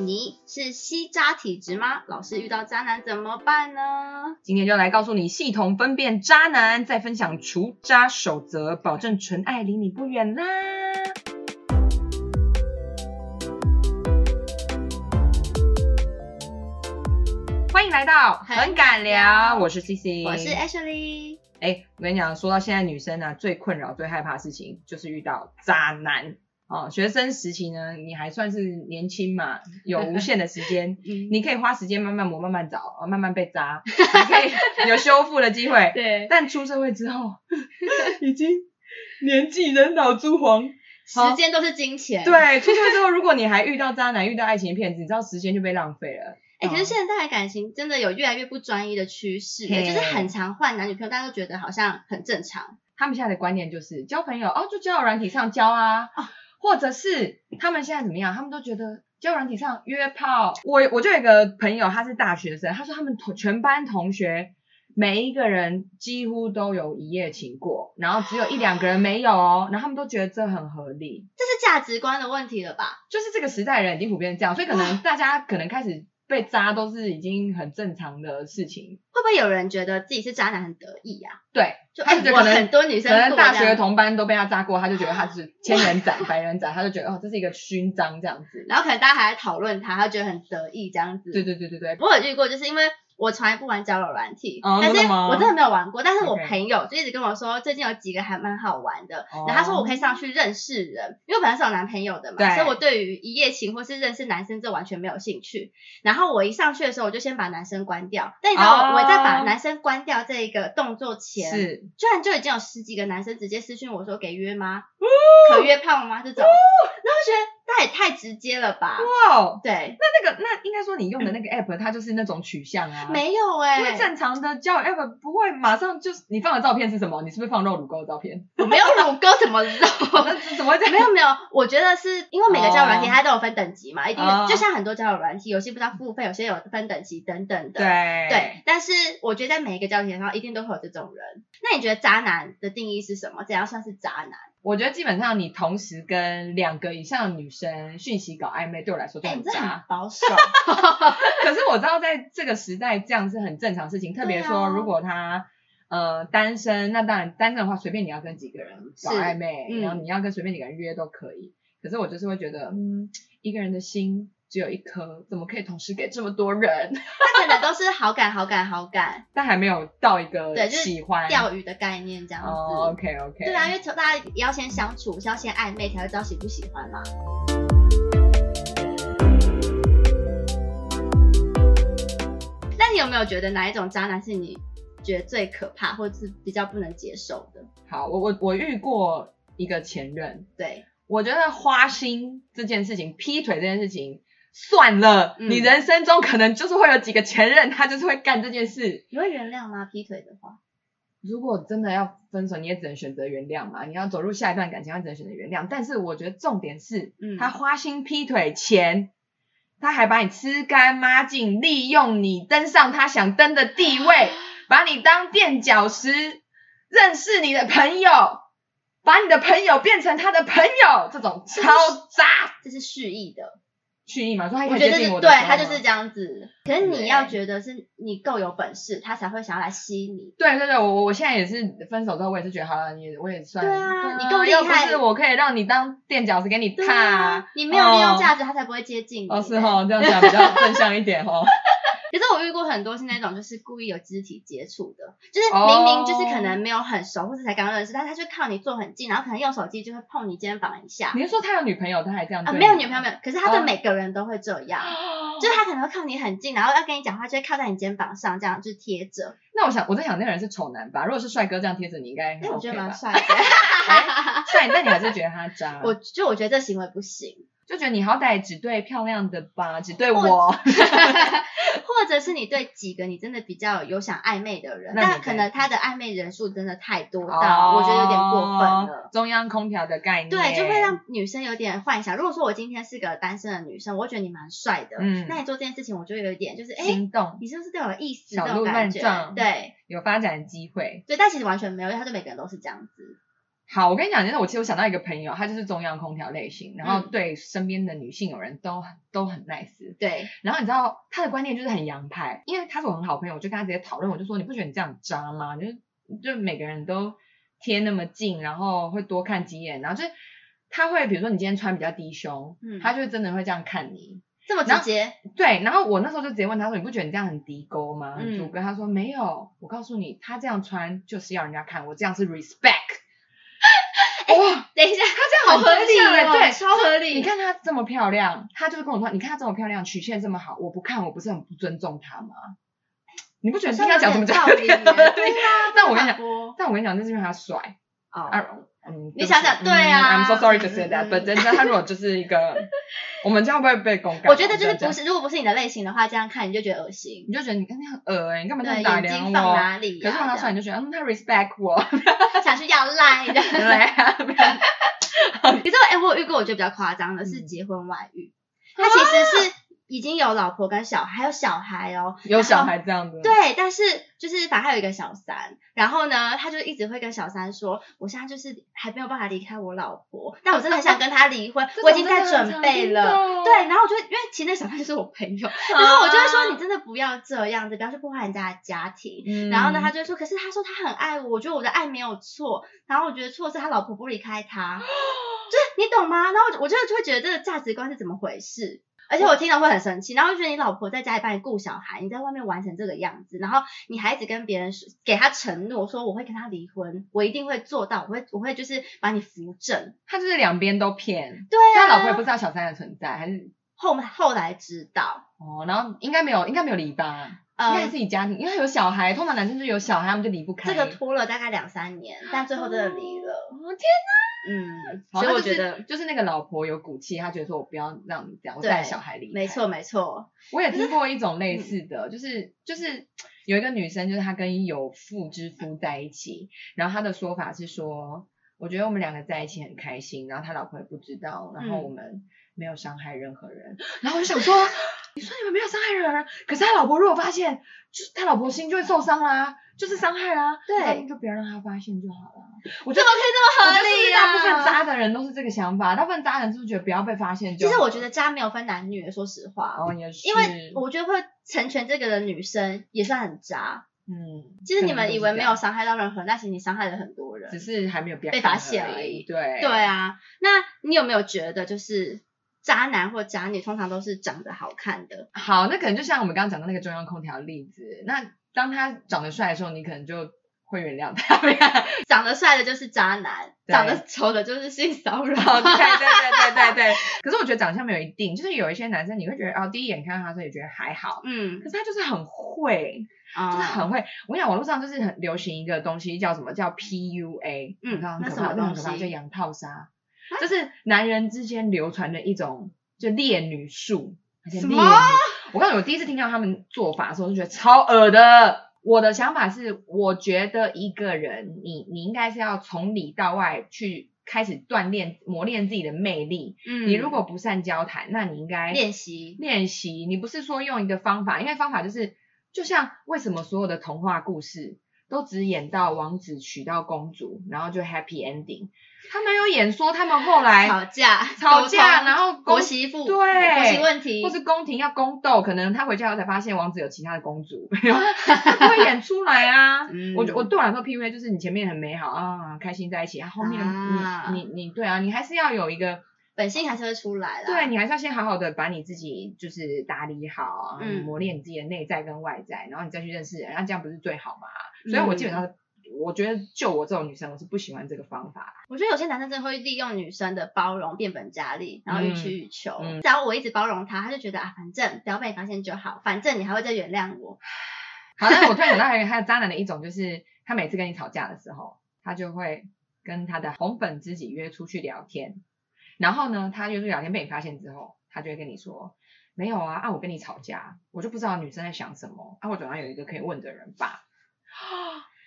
你是西渣体质吗？老是遇到渣男怎么办呢？今天就来告诉你系统分辨渣男，再分享除渣守则，保证纯爱离你不远啦。欢迎来到很敢聊，我是 C C，我是 Ashley。哎、我跟你讲，说到现在女生啊，最困扰、最害怕的事情就是遇到渣男。哦，学生时期呢，你还算是年轻嘛，有无限的时间，嗯，你可以花时间慢慢磨、慢慢找，呃慢慢被扎，你可以 有修复的机会。对，但出社会之后， 已经年纪人老珠黄。好时间都是金钱。，对，出社会之后，如果你还遇到渣男、遇到爱情骗子，你知道时间就被浪费了。哎、可哦是现在的感情真的有越来越不专一的趋势，嘿就是很常换男女朋友，大家都觉得好像很正常。他们现在的观念就是交朋友哦，就交友软体上交啊，或者是他们现在怎么样？他们都觉得交友软体上约炮。我我就有一个朋友，他是大学生，他说他们同全班同学每一个人几乎都有一夜情过，然后只有一两个人没有哦，然后他们都觉得这很合理，这是价值观的问题了吧？就是这个时代人已经普遍这样，所以可能大家可能开始被渣都是已经很正常的事情。会不会有人觉得自己是渣男很得意啊？对，就他哎、就觉得我可能很多女生可能做大这学的样同班都被他扎过，他就觉得他是千人斩、 百人斩，他就觉得哦，这是一个勋章这样子。然后可能大家还在讨论他，他觉得很得意这样子。对对对对 对，我有遇过，就是因为我从来不玩交友软体，哦但真的是吗我真的没有玩过。但是我 OK 朋友就一直跟我说，最近有几个还蛮好玩的，哦然后他说我可以上去认识人，因为我本来是有男朋友的对嘛，所以我对于一夜情或是认识男生这完全没有兴趣。然后我一上去的时候，我就先把男生关掉。但你知道我、哦我在把男生关掉这一个动作前，是居然就已经有十几个男生直接私信我说给约吗？可约炮吗？这种，然后我觉得那也太直接了吧？哇哦，对，那那个那应该说你用的那个 app，它就是那种取向啊。没有哎、因为正常的交友 app 不会马上就是你放的照片是什么？你是不是放肉乳沟的照 片？ 我没有乳沟怎么肉？那怎么会 这没样？有没有，我觉得是因为每个交友软体哦它都有分等级嘛，一定哦就像很多交友软体，有些不是要付费，有些有分等级等等的。对对，但是我觉得在每一个交友软体上一定都会有这种人。那你觉得渣男的定义是什么？怎样算是渣男？我觉得基本上你同时跟两个以上的女生讯息搞暧昧，对我来说就哎、很你这渣很。保守。 可是我知道，在这个时代，这样是很正常的事情。特别对说，啊如果他、呃单身，那当然单身的话，随便你要跟几个人搞是暧昧，嗯然后你要跟随便几个人约都可以。可是我就是会觉得，嗯，一个人的心只有一颗，怎么可以同时给这么多人？ 他可能都是好感好感好感但还没有到一个对就是喜欢。钓鱼的概念这样子。哦，OK OK。对啊，因为从大家也要先相处，是要先暧昧才会知道喜不喜欢嘛。那你有没有觉得哪一种渣男是你觉得最可怕，或者是比较不能接受的？好，我我我遇过一个前任，对，我觉得花心这件事情，劈腿这件事情。算了，嗯你人生中可能就是会有几个前任，他就是会干这件事。你会原谅吗？劈腿的话，如果真的要分手，你也只能选择原谅嘛。你要走入下一段感情，你只能选择原谅。但是我觉得重点是，嗯他花心劈腿前，他还把你吃干抹净，利用你登上他想登的地 位，把你当垫脚石，认识你的朋友，把你的朋友变成他的朋友，这种超渣这是蓄意的，蓄意嘛。说他一我啊开觉始得接这是近我的对时候他就嘛是这样子。可是你对要觉得是你够有本事，他才会想要来吸你。对啊对对，我我我现在也是分手之后，我也是觉得好了，你我也算对啊你够够厉要不害是我可以让你当垫脚石给你对踏、啊，你没有利用哦价值，他才不会接近你。哦是哦，这样讲比 较正向一点哦。可是我遇过很多是那种就是故意有肢体接触的，就是哦明明就是可能没有很熟或者才刚认识，但他就靠你坐很近，然后可能用手机就会碰你肩膀一下。你是说他有女朋友，他还这样啊，对你没有女朋友没吗有，可是他对哦每个人都会这样，哦就是他可能会靠你很近，然后要跟你讲话就会靠在你肩膀上，这样就贴着。 那我想，我在想那个人是丑男吧？如果是帅哥这样贴着你，应该很哎，我觉 OK 得蛮吧？嗯帅的， 帅，但你还是觉得他渣？我就我觉得这行为不行，就觉得你好歹只对漂亮的吧，只对我我。或者是你对几个你真的比较有想暧昧的人，那你但可对能他的暧昧人数真的太多到，哦我觉得有点过分了。中央空调的概念，对，就会让女生有点幻想。如果说我今天是个单身的女生，我会觉得你蛮帅的，嗯那你做这件事情，我就会有一点就是，哎、心动你是不是对我有意思小这种鹿感乱觉？撞对有发展机会。对，但其实完全没有，因为他对每个人都是这样子。好，我跟你讲，真的，我其实我想到一个朋友，他就是中央空调类型，然嗯后对身边的女性友人都很都很 nice，对，然后你知道他的观念就是很洋派，因为他是我很好朋友，我就跟他直接讨论，我就说你不觉得你这样渣吗？就是就每个人都贴那么近，然后会多看几眼，然后就是他会比如说你今天穿比较低胸，嗯他就真的会这样看你。这么然直后接，对，然后我那时候就直接问他说：“你不觉得你这样很低沟吗？”嗯主哥他说：“没有，我告诉你，他这样穿就是要人家看，我这样是 respect。”哇，哎等一下，他这好样很合正理向欸哦对，超合理你看她这么漂亮，她就是跟我说：“你看她这么漂亮，曲线这么好，我不看，我不是很不尊重她吗？”你不觉好得像听他讲有什么点叫道理耶 对啊但我跟你讲讲，，但我跟你讲，那是因为他帅。哦啊，嗯，你想想对啊嗯，I'm so sorry to say that，嗯 but 真的，他如果就是一个，我们这样会不会被公干？我觉得就是这不样是，如果不是你的类型的话，这样看你就觉得恶心。你就觉得你看你很恶欸，你干嘛这对，啊样打眼量睛我？放哪里可呀、是看到帅这你就觉得，嗯，他 respect 我， 样想去要赖的。对啊，你知道，哎、我有遇过我觉得比较夸张的是嗯结婚外遇，他其实是已经有老婆跟小孩，还有小孩哦。有小孩这样子，，，对，啊但是就是反正还有一个小三，然后呢，他就一直会跟小三说，我现在就是还没有办法离开我老婆，但我真的很想跟他离婚这我已经种 真在的哦很准常备听了。到对，，然后我就因为其实那小三就是我朋友，然然后我就会啊说你真的不要这样子，不要去破坏人家的家庭。你然后呢，他就会说，可是他说他很爱我，我觉得我的爱没有错，然后我觉得错是他老婆不离开 他，就是你懂吗？然后我就我就就会觉得这个价值观是怎么回事。而且我听了会很生气，然后就觉得你老婆在家里帮你顾小孩，你在外面玩成这个样子，然后你还一直跟别人说给他承诺说我会跟他离婚，我一定会做到，我会我会就是把你扶正。他就是两边都骗，对所以啊，他老婆也不知道小三的存在，还是后后来知道，哦，然后应该没有，应该没有离吧，应呃该是，自己家庭，因为他有小孩，通常男生就有小孩，他们就离不开这个哦拖了大概两三年，但最后真的离了。哦天嗯，好所以那我就是觉得就是那个老婆有骨气，她觉得说我不要让你这样，我对带小孩离开。没错，没错，我也听过一种类嗯似的，就是就是有一个女生，就是她跟有妇之夫在一起，然后她的说法是说，我觉得我们两个在一起很开心，然后她老婆也不知道，然后嗯我们没有伤害任何人，然后我就想 说，你说你们没有伤害任何人，啊可是她老婆如果发现，就是她老婆心就会受伤啦，就是伤害啦，对那你就不要让她发现就好了。我觉怎得么可以这么合理啊我觉得是不是大呀、部分渣的人都是这个想法，大部分渣人是不是觉得不要被发现就其好？实我觉得渣没有分男女，说实话，哦也是，因为我觉得会成全这个的女生也算很渣。嗯，其实你可能们都以是为这没样有伤害到任何人，但其实你伤害了很多人只。是还没有被被发现而已对对啊，那你有没有觉得就是渣男或渣女通常都是长得好看的？好，那可能就像我们刚刚讲的那个中央空调的例子，那当他长得帅的时候，你可能就会原谅他。对长得帅的就是渣男，对哦长得丑的就是性骚扰。对对对对对。可是我觉得长相没有一定，就是有一些男生你会觉得哦，第一眼看到他的时候也觉得还好， 嗯可，是他就是很会，啊就是很会。我跟你讲，网络上就是很流行一个东西叫什么叫 PUA，嗯你知道很那可什怕，么那很东可西怕，啊叫洋套杀，就是男人之间流传的一种就猎女术，而且什猎么女。我告诉你，我第一次听到他们做法的时候，就觉得超恶的。我的想法是，我觉得一个人，你你应该是要从里到外去开始锻炼、磨练自己的魅力。嗯你如果不善交谈，那你应该练习，练习，你不是说用一个方法，因为方法就是，就像为什么所有的童话故事都只演到王子娶到公主，然后就 happy ending，他没有演说他们后来吵架、吵沟架，通然后公国媳妇对国媳问题或，是宫廷要宫斗，可能他回家后才发现王子有其他的 公主，他不会演出来啊。嗯我觉我对我来说 PUA 就是你前面很美好啊，开心在一起，啊、后面的啊你你你对啊，你还是要有一个本性还是会出来啦。对，你还是要先好好的把你自己就是打理好，嗯磨练你自己的内在跟外在，然后你再去认识人，那这样不是最好吗？所嗯以我基本上是、我觉得就我这种女生，我是不喜欢这个方法。我觉得有些男生真的会利用女生的包容变本加厉，然后予取予求。嗯只要我一直包容他，他就觉得啊，反正不要被你发现就好，反正你还会再原谅我。好，那我突然想到还有还有渣男的一种，就是他每次跟你吵架的时候，他就会跟他的红粉知己约出去聊天，然后呢，他约出去聊天被你发现之后，他就会跟你说。没有啊，啊，我跟你吵架，我就不知道女生在想什么，啊，我总要有一个可以问的人吧。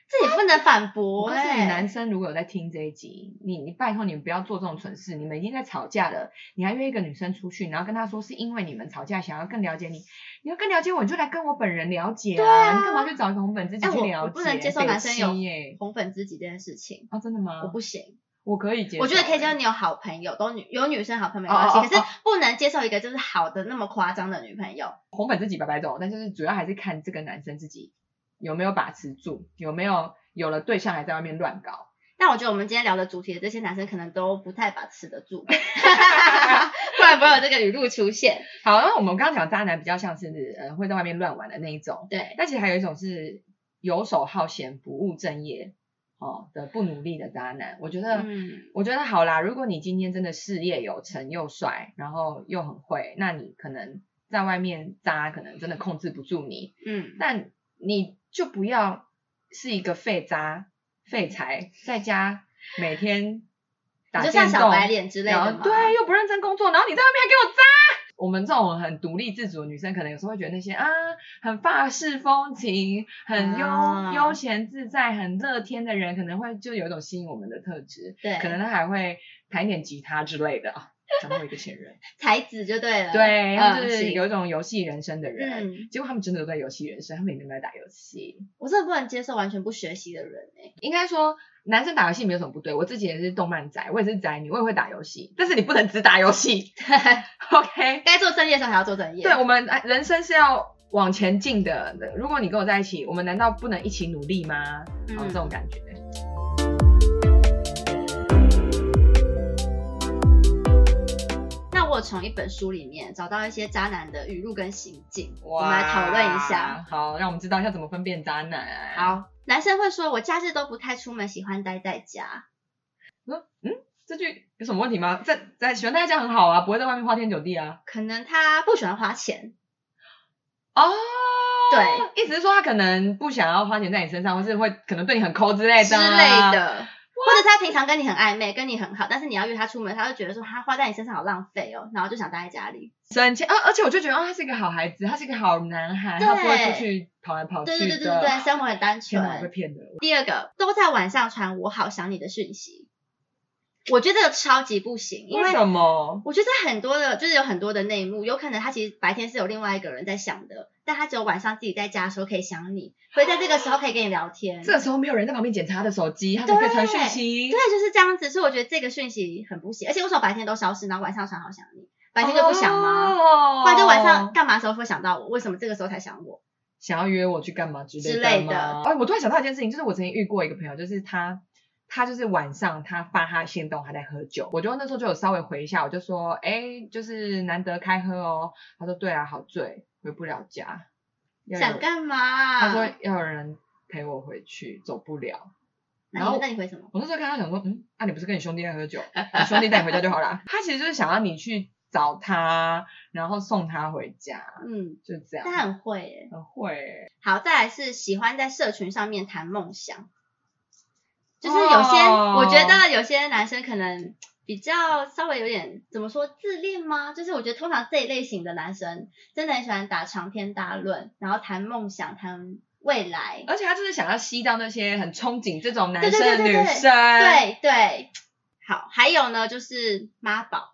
这也不能反我驳告诉你，哎、男生如果有在听这一集，你你拜托你们不要做这种蠢事，你们已经在吵架了，你还约一个女生出去，然后跟她说是因为你们吵架，想要更了解你，你要更了解我，你就来跟我本人了解对啊你干嘛去找一个红本自己哎去我了我解？不能接受男生有北七耶红粉知己这件事情，啊，真的吗？我不行。我可以接受，我觉得可以接受欸你有好朋友，都女有女生好朋友没哦关系，哦可是哦不能接受一个就是好的那么夸张的女朋友。红粉知己百百种，但就是主要还是看这个男生自己有没有把持住，有没有有了对象还在外面乱搞。但我觉得我们今天聊的主题的这些男生可能都不太把持得住， 不然不会有这个语录出现。好，那我们刚刚讲渣男比较像是呃会在外面乱玩的那一种，对，但其实还有一种是游手好闲、不务正业哦的不努力的渣男。我觉得，嗯我觉得好啦，如果你今天真的事业有成又帅，然后又很会，那你可能在外面渣，可能真的控制不住你，嗯，但你就不要是一个废渣、废柴，在家每天打你就电像小动，白脸之类然的后嘛。对，又不认真工作，然后你在外面还给我渣。我们这种很独立自主的女生，可能有时候会觉得那些啊，很法式风情、很悠、啊悠闲自在、很乐天的人，可能会就有一种吸引我们的特质。对，可能他还会弹一点吉他之类的啊，讲到我一个 前任，才子就对了。对，他们嗯就是行有一种游戏人生的人。嗯，结果他们真的都在游戏人生，他们也都在打游戏。我真的不能接受完全不学习的人哎、应该说，男生打游戏没有什么不对。我自己也是动漫宅，我也是宅女，我也会打游戏，但是你不能只打游戏 ，OK？欸 该做正业的时候还要做正业。对，我们哎人生是要往前进的。如果你跟我在一起，我们难道不能一起努力吗？嗯然后这种感觉。那我有从一本书里面找到一些渣男的语录跟行径，我们来讨论一下。哇。好，让我们知道一下怎么分辨渣男。，好，男生会说，我假日都不太出门，喜欢待在家。嗯，这句有什么问题吗？在在喜欢大家很好啊，不会在外面花天酒地啊。可能他不喜欢花钱，哦，对，意思是说他可能不想要花钱在你身上，或是会可能对你很抠之类之的、类。的，或者是他平常跟你很暧昧，跟你很好，但是你要约他出门，他就觉得说他花在你身上好浪费哦，然后就想待在家里。省钱啊！而且我就觉得，哦，他是一个好孩子，他是一个好男孩，对他不会出去跑来跑去对的。对对对对对，生活很单天哪，我被纯。骗的。第二个，都在晚上传“我好想你”的讯息，我觉得这个超级不行，因为为什么？我觉得很多的，就是有很多的内幕，有可能他其实白天是有另外一个人在想的，但他只有晚上自己在家的时候可以想你，所以在这个时候可以跟你聊天。这个时候没有人在旁边检查他的手机，他才可以传讯息。对，就是这样子，所以我觉得这个讯息很不行，而且为什么白天都消失，然后晚上传好想你，白天就不想吗？哦不然就晚上干嘛时候会想到我？为什么这个时候才想我？想要约我去干嘛之类之的类吗哎、我突然想到一件事情，就是我曾经遇过一个朋友，就是他，他就是晚上他发他现动，他在喝酒，我就那时候就有稍微回一下，我就说，哎、就是难得开喝哦。他说，对啊，好醉，回不了家。要有想干嘛？他说要有人陪我回去，走不了。那然你后那你回什么？我那时候看他想说，嗯，那、你不是跟你兄弟在喝酒，你兄弟带你回家就好啦。 他其实就是想要你去找他，然后送他回家，嗯，就这样。他很会耶。很会欸，好，再来是喜欢在社群上面谈梦想，哦就是有些、我觉得有些男生可能比较稍微有点怎么说自恋吗？就是我觉得通常这一类型的男生真的很喜欢打长篇大论，然后谈梦想、谈未来。而且他就是想要吸到那些很憧憬这种男对生对的对女对生。对对，好，还有呢就是妈宝，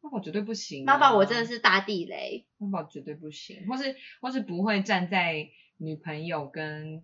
妈宝绝对不行、妈宝我真的是是大地雷，妈宝绝对不行，或是或是不会站在女朋友跟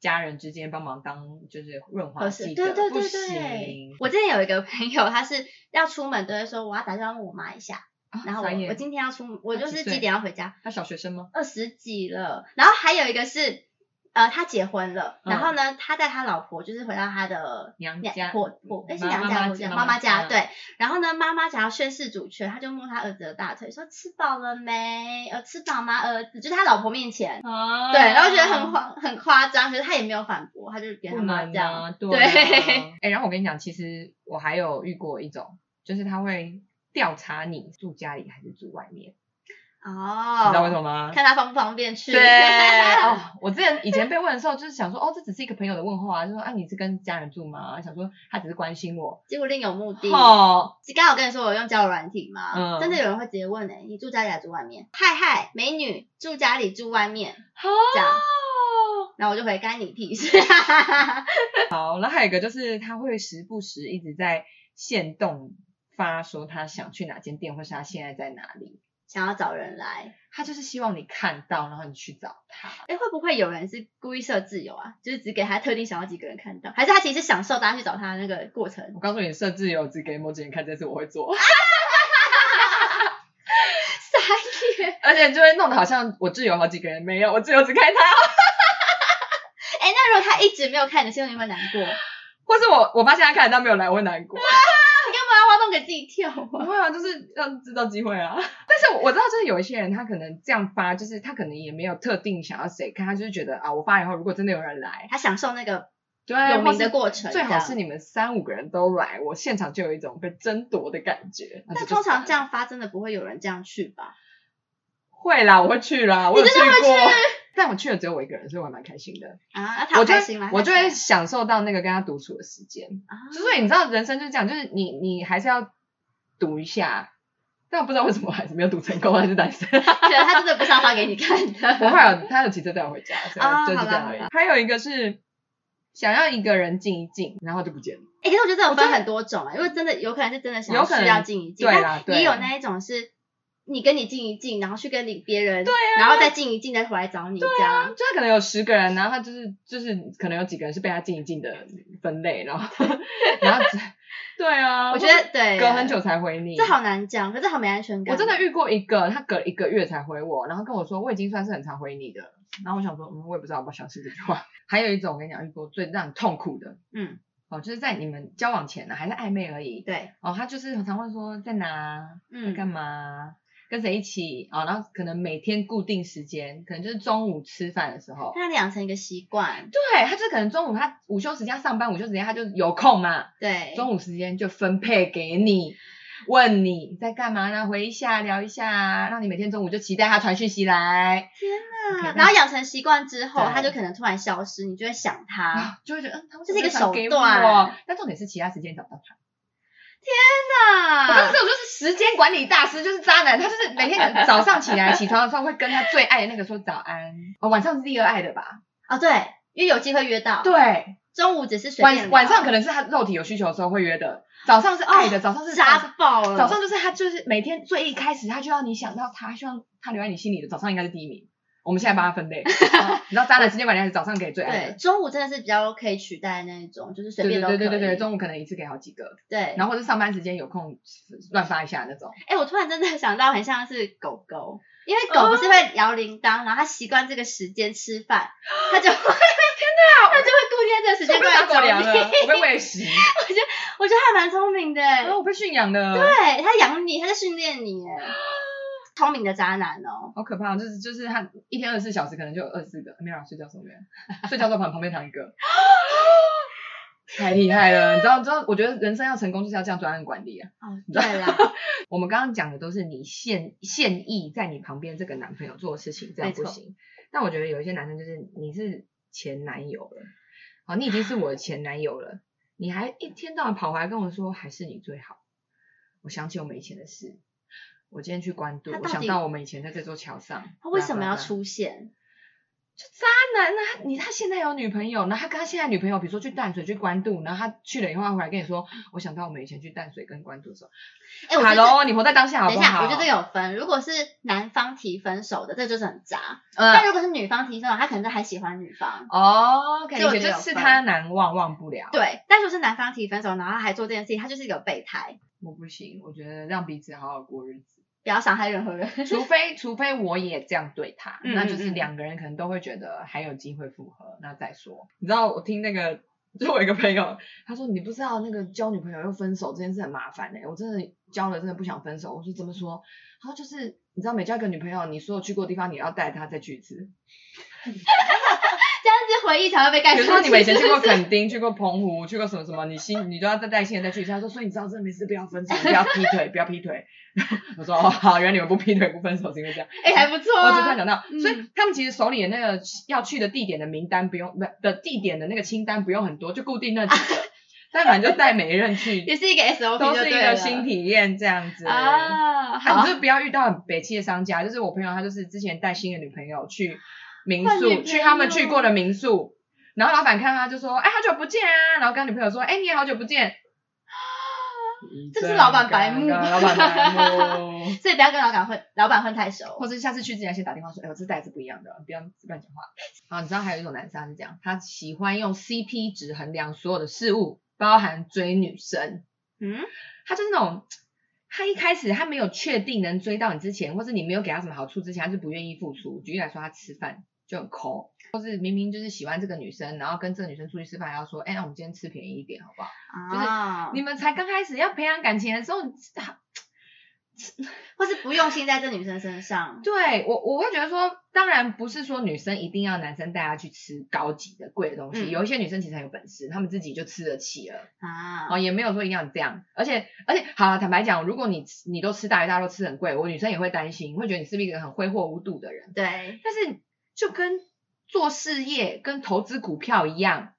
家人之间帮忙当就是润滑合适剂的，对对不对对行。。我之前有一个朋友，他是要出门都会说我要打电话问我妈一下，啊然后我傻眼我今天要出门，我他就几是岁几点要回家，他小学生吗？二十几了，然后还有一个是，呃，他结婚了，然后呢，他带他老婆就是回到他的嗯娘娘家婆婆，哎是妈娘家妈妈婆家妈妈妈妈家嗯对，然后呢，妈妈想要宣示主权，他就摸他儿子的大腿说吃饱了没？呃，吃饱吗？儿子，就是他老婆面前。啊对，然后觉得很夸很夸张，可是他也没有反驳，他就是给他不妈这能样。啊，对哎、 诶然后我跟你讲，其实我还有遇过一种，就是他会调查你住家里还是住外面，你知道为什哦，么吗？看他方不方便去。对哦，我之前以前被问的时候，就是想说，哦，这只是一个朋友的问候啊，就说啊，你是跟家人住吗？想说他只是关心我。结果另有目的。哦，刚好跟你说我用交友软体嘛，嗯真的有人会直接问哎、你住家里还是住外面？嗨嗨，美女住家里住外面好、这样，然后我就回干你屁事， 哈哈哈哈好，那还有一个就是他会时不时一直在限动发说他想去哪间店，或是他现在在哪里。想要找人来。他就是希望你看到，然后你去找他。哎，会不会有人是故意设自由啊？就是只给他特定想要几个人看到，还是他其实享受大家去找他的那个过程？ 我告诉你，设置有只给某几人看，这次我会做， 傻眼！而且就会弄得好像我挚友好几个人没有，我挚友只看他，哎，那如果他一直没有看你的心里会难 过？或是我我发现他看他没有来，我会难过。 要挖洞给自己跳不啊！会啊，就是要制造机会啊。 但是我知道，就是有一些人他可能这样发，就是他可能也没有特定想要谁看，他就是觉得啊，我发以后如果真的有人来，他享受那个对，啊有或名是的过程，最这好样是你们三五个人都来，我现场就有一种被争夺的感觉。那但就通常算这样发真的不会有人这样去吧？会啦，我会去啦，我有去过。但我去了只有我一个人，所以我还蛮开心的。啊，那他我有就开心吗？我就他开会心享受到那个跟他独处的时间。吗啊，就所以你知道，人生就是这样，就是你你还是要赌一下。但我不知道为什么我还是没有赌成功，还是 单身。 觉得他真的不是要发给你看 我的。还有他有骑车带我回家，所啊以就是好啦这样好而已啦。还有一个是想要一个人静一静，然后就不见了。哎、可是我觉得这种分很多种啊，因为真的有可能是真的想要有可能需要静一静，对啦但对也有那一种是你跟你静一静，然后去跟你别人，对啊然后再静一静，再回来找你这样。就他可能有十个人，然后他就是就是可能有几个人是被他静一静的分类，然后 然后只对啊， 我觉得对，隔很久，才回你，这好难讲，可是好没安全感。我真的遇过一个，他隔一个月才回我，然后跟我说我已经算是很常回你的了，然后我想说，嗯，我也不知道要不要相信这句话。 还有一种我跟你讲，遇过最让你痛苦的嗯，哦，就是在你们交往前呢、啊还是暧昧而已对，哦，他就是常常会说在哪，在干嗯，嘛，跟谁一起哦，然后可能每天固定时间，可能就是中午吃饭的时候，让你养成一个习惯，对他就是可能中午他午休时间他上班，午休时间他就有空嘛，对，中午时间就分配给你，问你在干嘛呢，回一下聊一下，让你每天中午就期待他传讯息来，OK，啊那然后养成习惯之后，对他就可能突然消失，你就会想他。啊，就会觉得嗯，他为这是什么一个没传给手段我？但重点是其他时间找不到他。我真的那这种就是时间管理大师，就是渣男，他就是每天可能早上起来起床的时候会跟他最爱的那个说早安，哦，晚上是第二爱的吧？哦，对，因为有机会约到，，对，中午只是随便晚晚上可能能是他肉体有需求的时候会约的，早上是爱的，早上是早扎爆了，早上就是他，就是每天最一开始，他就要你想到他，希望他留在你心里的早上应该是第一名。我们现在帮他分 类，啊你知道渣男时间管理还是早上给最爱对的，中午真的是比较可以取代那一种，就是随对便都可对以，对对对对，中午可能一次给好几个，对。然后或者上班时间有空乱发一下那 种。哎，我突然真的想到，很像是狗狗，因为狗哦不是会摇铃铛，然后它习惯这个时间吃 饭，它就会 天哪，它就会固定在这个时间我被过来打狗找粮你。了，我被喂食，我觉得还蛮聪明的，然后我被驯养了，对，它养你，它在训练你， 哎，聪明的渣男哦。好可怕！就是就是他一天二十四小时可能就有二十四个，没有啊睡觉时候没有，睡觉时候旁旁边躺一 个。太厉害了，你知道，你知道，我觉得人生要成功就是要这样专案管理啊。哦，对啦， 我们刚刚讲的都是你现现役在你旁边这个男朋友做的事情，这样不没错行。但我觉得有一些男生就是你是前男友了，好，你已经是我的前男友了，你还一天到晚跑回来跟我说还是你最好。我想起我们以前的事，我今天去关渡他，我到想底到我们以前在这座桥上，他为巴拉什么巴要拉出现？就渣男啊！他你他现在有女朋友，然后他跟他现在女朋友，比如说去淡水、去关渡，然后他去了以后，他回来跟你说，我想到我们以前去淡水跟关渡的时候，哎，我觉哈得这喽，你活在当下好等一不下，好？我觉得这有分。如果是男方提分手的，这就是很渣；嗯但如果是女方提分手，他可能就还喜欢女方。哦，所以我感觉觉得就有是分他难忘忘不了。，对，但如果是男方提分手，然后还做这件事情，他就是一个备胎，我不行，我觉得让彼此好好过日子，不要伤害任何人。 除非除非我也这样对他，嗯那就是嗯嗯两个人可能都会觉得还有机会复合，那再说。你知道我听那个。就我一个朋友，他说你不知道那个交女朋友又分手这件事很麻烦哎、我真的交了真的不想分手。我说怎么说？他说就是你知道每交一个女朋友，你所有去过的地方你要带她再去一次，这样子回忆才会被盖比上如去。说你们以前去过垦丁，去过澎湖，去过什么什么，你新你都要再带新的再去一次。他说，所以你知道真的没事，不要分手，不要劈腿，不要劈腿。我说哦，好，原来你们不劈腿不分手是因为这样。哎、还不错、我只突啊然。想到，嗯所以他们其实手里的那个要去的地点的名单不用，不的地点的那个清单不用很多，就固定那几 个，但反正就带每一任去，也是一个 SOP，都就是一对个了新体验这样子。啊。啊，好你，就不要遇到很北气的商家。就是我朋友，他就是之前带新的女朋友去民换女宿，朋去他们友去过的民宿，然后老板看到他就说：“哎，好久不见啊！”然后跟他女朋友说：“哎，你也好久不见。”这是老板白目 尴尬老板白目。所以不要跟老板混老板混太熟。或者下次去之前先打电话说，哎、我这袋子不一样的，不要乱讲话。啊，你知道还有一种男生他是这样，他喜欢用 CP 值衡量所有的事物，包含追女生。嗯，他就是那种，他一开始他没有确定能追到你之前，或是你没有给他什么好处之前，他就不愿意付出。举例来说，他吃饭就很抠，或是明明就是喜欢这个女生，然后跟这个女生出去吃饭，还要说，哎、那我们今天吃便宜一点好不好？就是啊，你们才刚开始要培养感情的时候，你啊或是不用心在这女生身上。对我我会觉得说，当然不是说女生一定要男生带她去吃高级的贵的东西，嗯有一些女生其实很有本事，她们自己就吃得起了。啊，哦，也没有说一定要这样，而且而且，好了，坦白讲，如果你吃你都吃大鱼大肉吃很贵，我女生也会担心，会觉得你是不是一个很挥霍无度的人。对，但是就跟做事业、跟投资股票一样，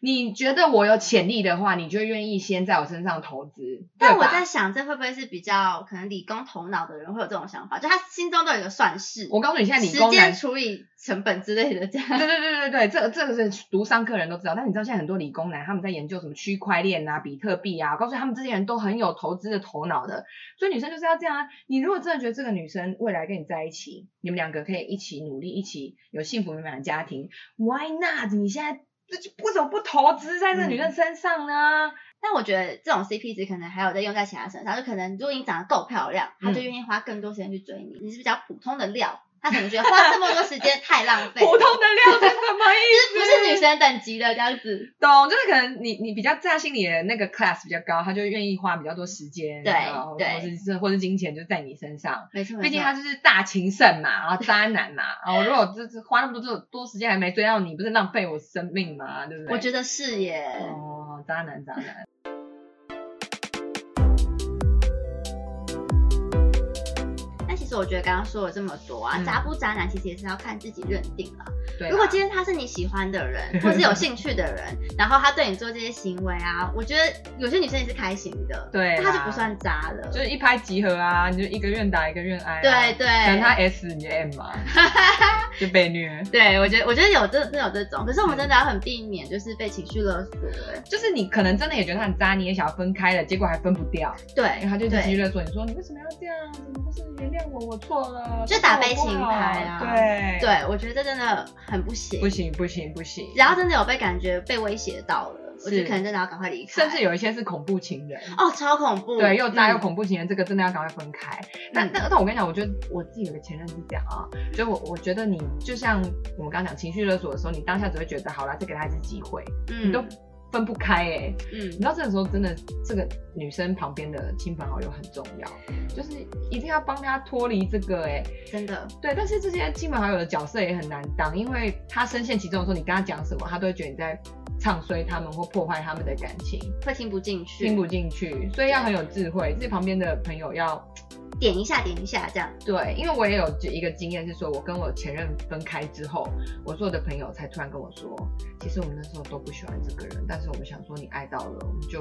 你觉得我有潜力的话，你就愿意先在我身上投资。但对我吧在想，这会不会是比较可能理工头脑的人会有这种想法，就他心中都有一个算式，我告诉你，现在理时工男间除以成本之类的这 样。对对对对对，这个这个是读商科人都知道，但你知道现在很多理工男他们在研究什么区块链啊、比特币啊，我告诉你他们这些人都很有投资的头脑的，所以女生就是要这样啊。你如果真的觉得这个女生未来跟你在一起，你们两个可以一起努力，一起有幸福美满的家庭，Why not？你现在这为什么不投资在这个女生身上呢？但我觉得这种 CP 值可能还有在用在其他身上，就可能如果你长得够漂亮，他就嗯愿意花更多时间去追你。你是比较普通的料，他可能觉得花这么多时间太浪费 普了，通的料是什么意思？不是女生等级的这样子。懂，就是可能你你比较在他心里的那个 class 比较高，他就愿意花比较多时间，对然后对或是或是金钱就在你身上。没错，没毕竟错他就是大情圣嘛，然后渣男嘛，然后如果这这花那么多多多时间还没追到你，不是浪费我生命吗？对不对？我觉得是耶。哦，渣男渣男。但其实我觉得刚刚说了这么多啊，嗯渣不渣男其实也是要看自己认定啦。对啦，如果今天他是你喜欢的人，或是有兴趣的人，然后他对你做这些行为啊，我觉得有些女生也是开心的，对啦那他就不算渣了。就是一拍即合啊，你就一个愿打一个愿挨、啊。对可能他对 S 你就 M 嘛，就被虐。 对，我觉得我觉得有这真有这种，可是我们嗯真的要很避免就是被情绪勒索、欸。就是你可能真的也觉得他很渣，你也想要分开了，结果还分不掉，对然后，他就一直继续对，勒索你说你为什么要这样？你不是原谅我，我错了，就都是打我悲不情好牌啊对，对我觉得这真的很不行。不行不行不行，只要真的有被感觉被威胁到了，我觉得是可能真的要赶快离开。甚至有一些是恐怖情人。哦，超恐怖，对，又渣又嗯恐怖情人，这个真的要赶快分开。那嗯那但我跟你讲，我觉得我自己有个前任是这样啊，就我我觉得你就像我们刚刚讲情绪勒索的时候，你当下只会觉得好啦，再给他一次机会，嗯你都分不开哎、你嗯知，道这个时候真的，这个女生旁边的亲朋好友很重要，就是一定要帮她脱离这个哎、真的，对，但是这些亲朋好友的角色也很难当，因为她深陷其中的时候，你跟她讲什么，她都会觉得你在唱衰他们或破坏他们的感情。会听不进去，听不进去，所以要很有智慧，自己旁边的朋友要点一下点一下这样，对，因为我也有一个经验是说，我跟我前任分开之后，我所有的朋友才突然跟我说，其实我们那时候都不喜欢这个人，但是我们想说你爱到了，我们就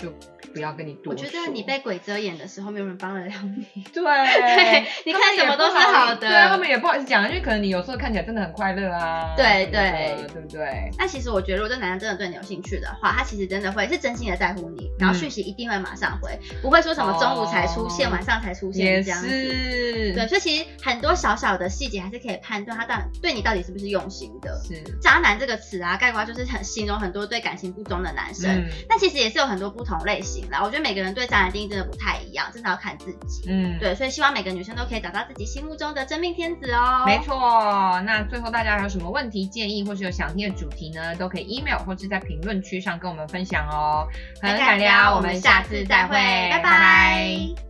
就不要跟你多我说。觉得你 被鬼遮眼的时候，没有人帮得了你。对对，你他们看也什么都不是好好意的。对啊，他们也不好意思讲，因为可能你有时候看起来真的很快乐啊，对什么对的对不对？那其实我觉得，如果这男人真的对你有兴趣的话，他其实真的会是真心的在乎你，然后讯息一定会马上回，不会说什么中午才出现、嗯哦晚上才出也现这样子。是，对，所以其实很多小小的细节还是可以判断他到底对你到底是不是用心的。是，渣男这个词啊，概括就是很形容很多对感情不忠的男生，嗯但其实也是有很多不同类型啦。我觉得每个人对渣男定义真的不太一样，真的要看自己。嗯。对，所以希望每个女生都可以找到自己心目中的真命天子哦。没错，那最后大家还有什么问题建议，或是有想听的主题呢，都可以 email 或是在评论区上跟我们分享哦。很很感感聊，聊，我我们们下下次次再再会，会，拜拜拜拜。